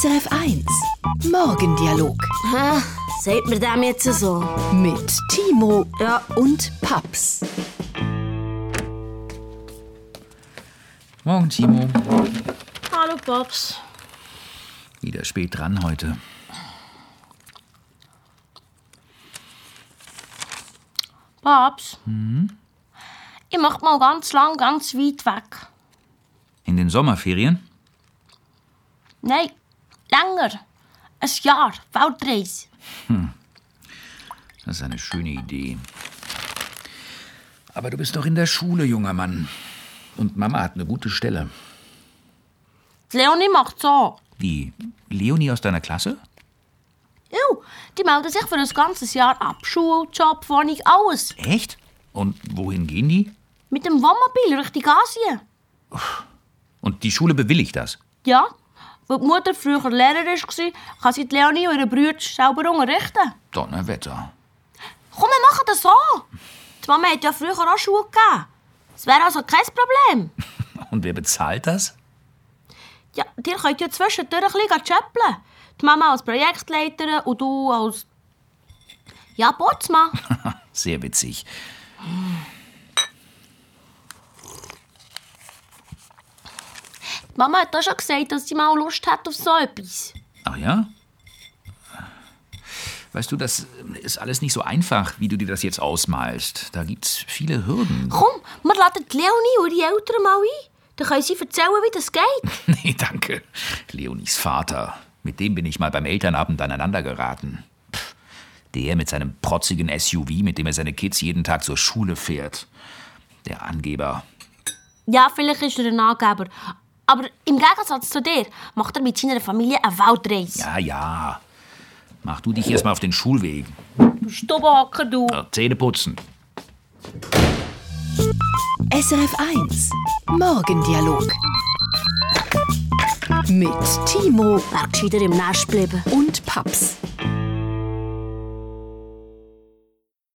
SRF 1 Morgendialog Ah, sagt mir dem jetzt so? mit Timo Ja. und Paps. Morgen, Timo. Hallo, Pops. Wieder spät dran heute. Pops? Hm? Ich möchte mal ganz lang, ganz weit weg. In den Sommerferien? Nein, länger. Ein Jahr, Weltreise. Das ist eine schöne Idee. Aber du bist doch in der Schule, junger Mann. Und Mama hat eine gute Stelle. Die Leonie macht so. Die Leonie aus deiner Klasse? Jo, die melden sich für ein ganzes Jahr ab. Schule, Job, Wohnung, alles. Echt? Und wohin gehen die? Mit dem Wohnmobil Richtung Asien. Und die Schule bewilligt das. Ja, weil die Mutter früher Lehrerin war, kann sie die Leonie und ihre Brüder selber unterrichten. Donnerwetter. Komm, wir machen das so. Die Mama hat ja früher auch Schule gegeben. Es wäre also kein Problem. Und wer bezahlt das? Ja, ihr könnt ja zwischendurch ein bisschen chöppeln. Die Mama als Projektleiterin und du als... Ja, Bootsmann. Sehr witzig. Die Mama hat auch schon gesagt, dass sie mal Lust hat auf so etwas. Ach ja? Weißt du, das ist alles nicht so einfach, wie du dir das jetzt ausmalst. Da gibt's viele Hürden. Komm, wir laden die Leonie und ihre Eltern mal ein. Dann können sie erzählen, wie das geht. Nee, danke. Leonies Vater. Mit dem bin ich mal beim Elternabend aneinander geraten. Pff, Der mit seinem protzigen SUV, mit dem er seine Kids jeden Tag zur Schule fährt. Der Angeber. Ja, vielleicht ist er ein Angeber. Aber im Gegensatz zu dir macht er mit seiner Familie eine Weltreise. Ja, Ah ja. Mach du dich erstmal auf den Schulweg. Du Stubenhocker, du. Äh, Zähne putzen. SRF 1 Morgendialog mit Timo Wär gescheiter im Nest bleiben. und Paps.